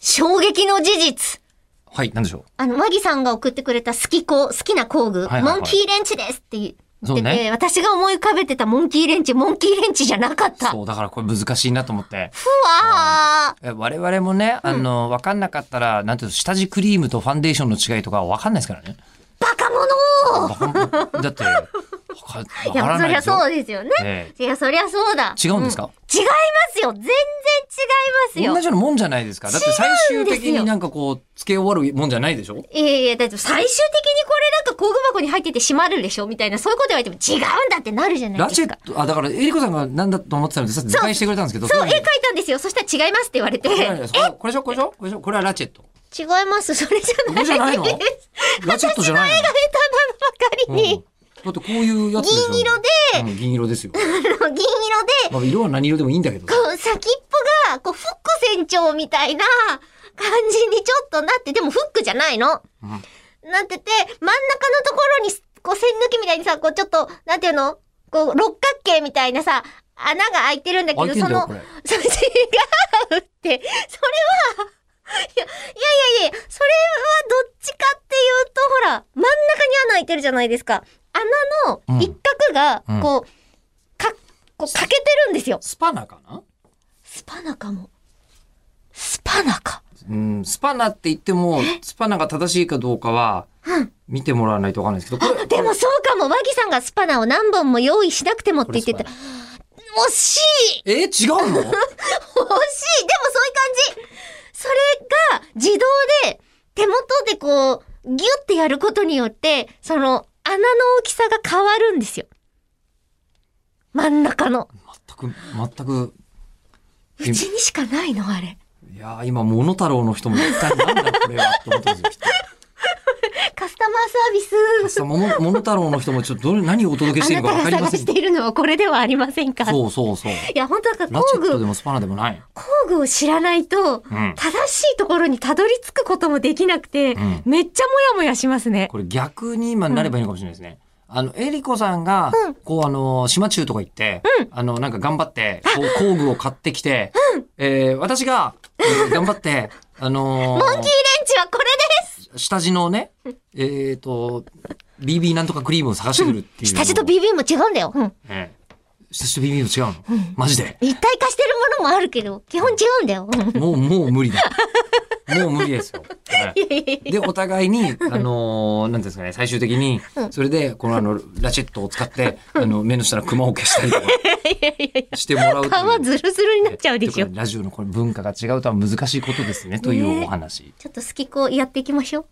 衝撃の事実。はい、なんでしょあの、和木さんが送ってくれた好きこ好きな工具、はいはいはいモンキーレンチですって言ってそうて、ね私が思い浮かべてたモンキーレンチ、モンキーレンチじゃなかっう。た。うわそう、だからこれ難しいなと思って。あえ我々もね、あの、わかんなかったら、なんていうの、下地クリームとファンデーションの違いとかわかんないですか らね。バカ者わかんだって、わかわいかや、らそないりゃですよそうですよね。えいや、そりゃそうだ。違うんですか違いますよ全然違いますよ同じようなもんじゃないですか。だって最終的になんかこう、付け終わるもんじゃないでしょいやいや、だって最終的にこれなんか工具箱に入ってて閉まるでしょみたいな、そういうこと言われても違うんだってなるじゃないラでチすェッか。ト、あ、だから、エリコさんが何だと思ってたので、さっき図解してくれたんですけど、そう、絵れ描いたんですよ。そしたら違いますって言われて。これはそうこれでしょこれでしょこれでしょこれはラチェ ット。違います。それじゃこない。れじゃないのラチェットじゃないの下手なのばかりうんに、だってこういうやつでしょ銀色で、うん銀色ですよ。あの銀色で、まあ、色は何色でもいいんだけど。こう先っぽが、こう、フック船長みたいな感じにちょっとなって、でもフックじゃないの。うんなってて、真ん中のところに、こう、線抜きみたいにさ、こう、ちょっと、なんていうのこう、六角形みたいなさ、穴が開いてるんだけ開いど、てんそだよ、のこ、れ。 それ違うって、それは、いや、いやいやいや、それはどっちかっていうと、ほら、真ん中に穴開いてるじゃないですか。穴の一角がうんうん、こう、か、こう、欠けてるんですよ。スパナかなスパナかも。スパナか。うん、スパナって言っても、スパナが正しいかどうかは、見てもらわないとわかんないですけど、これ、でもそうかも、和木さんがスパナを何本も用意しなくてもって言ってた。こ惜しいえー、違うの惜しいでもそういう感じそれが自動で手元でこう、ギュってやることによって、その穴の大きさが変わるんですよ。真ん中の。全く、全く、うちにしかないのあれ。いやー、今、モノ太郎の人も一体なんだこれはって思ったんですよ、きっと。カスタマーサービス。さモノモノ太郎の人もちょっとどれ何をお届けしていあるのかわなたかりがま探せんしけどているのはこれではありませんかそうそうそう。いや、本当だからラ工チェット具、でもスパナでもない。工具を知らないと、うん正しいところにたどり着くこともできなくて、んめっちゃモヤモヤしますね。これ逆に今なればいいのかもしれないですね。あの、エリコさんが、こうあの、島中とか行って、あの、なんか頑張 って、こう工具を買ってきて、えー私が、えー頑張って、あモンのーキーレンチはこれです下地のね、えっ、と、BB なんとかクリームを探してくるっていうの下を。地と BB も違うんだよ。うん。ええ下地と BB と違うの、マジで。一体化してるものもあるけど、基本違うんだよ。もう、もう無理だ。もう無理ですよ。はいで、お互いに、あのーなんていうんですかね、最終的に、それで、このあの、ラチェットを使って、あの、目の下のクマを消したりとか、してもらうという。顔はズルズルになっちゃうでしといょこ。でラジオのこれ文化が違うとは難しいことですね、というお話。ちょっと好きこうやっていきましょう。